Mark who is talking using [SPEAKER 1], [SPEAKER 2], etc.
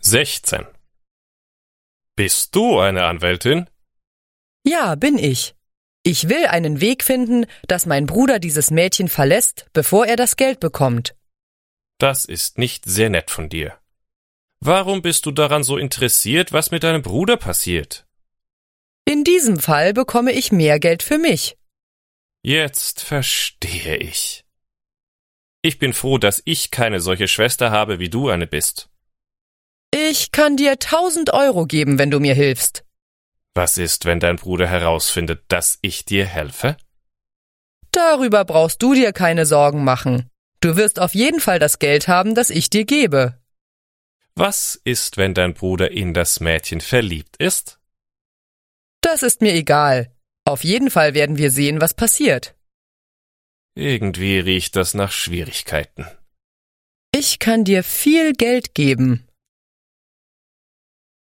[SPEAKER 1] Sechzehn. Bist du eine Anwältin?
[SPEAKER 2] Ja, bin ich. Ich will einen Weg finden, dass mein Bruder dieses Mädchen verlässt, bevor er das Geld bekommt.
[SPEAKER 1] Das ist nicht sehr nett von dir. Warum bist du daran so interessiert, was mit deinem Bruder passiert?
[SPEAKER 2] In diesem Fall bekomme ich mehr Geld für mich.
[SPEAKER 1] Jetzt verstehe ich. Ich bin froh, dass ich keine solche Schwester habe, wie du eine bist.
[SPEAKER 2] Ich kann dir tausend Euro geben, wenn du mir hilfst.
[SPEAKER 1] Was ist, wenn dein Bruder herausfindet, dass ich dir helfe?
[SPEAKER 2] Darüber brauchst du dir keine Sorgen machen. Du wirst auf jeden Fall das Geld haben, das ich dir gebe.
[SPEAKER 1] Was ist, wenn dein Bruder in das Mädchen verliebt ist?
[SPEAKER 2] Das ist mir egal. Auf jeden Fall werden wir sehen, was passiert.
[SPEAKER 1] Irgendwie riecht das nach Schwierigkeiten.
[SPEAKER 2] Ich kann dir viel Geld geben.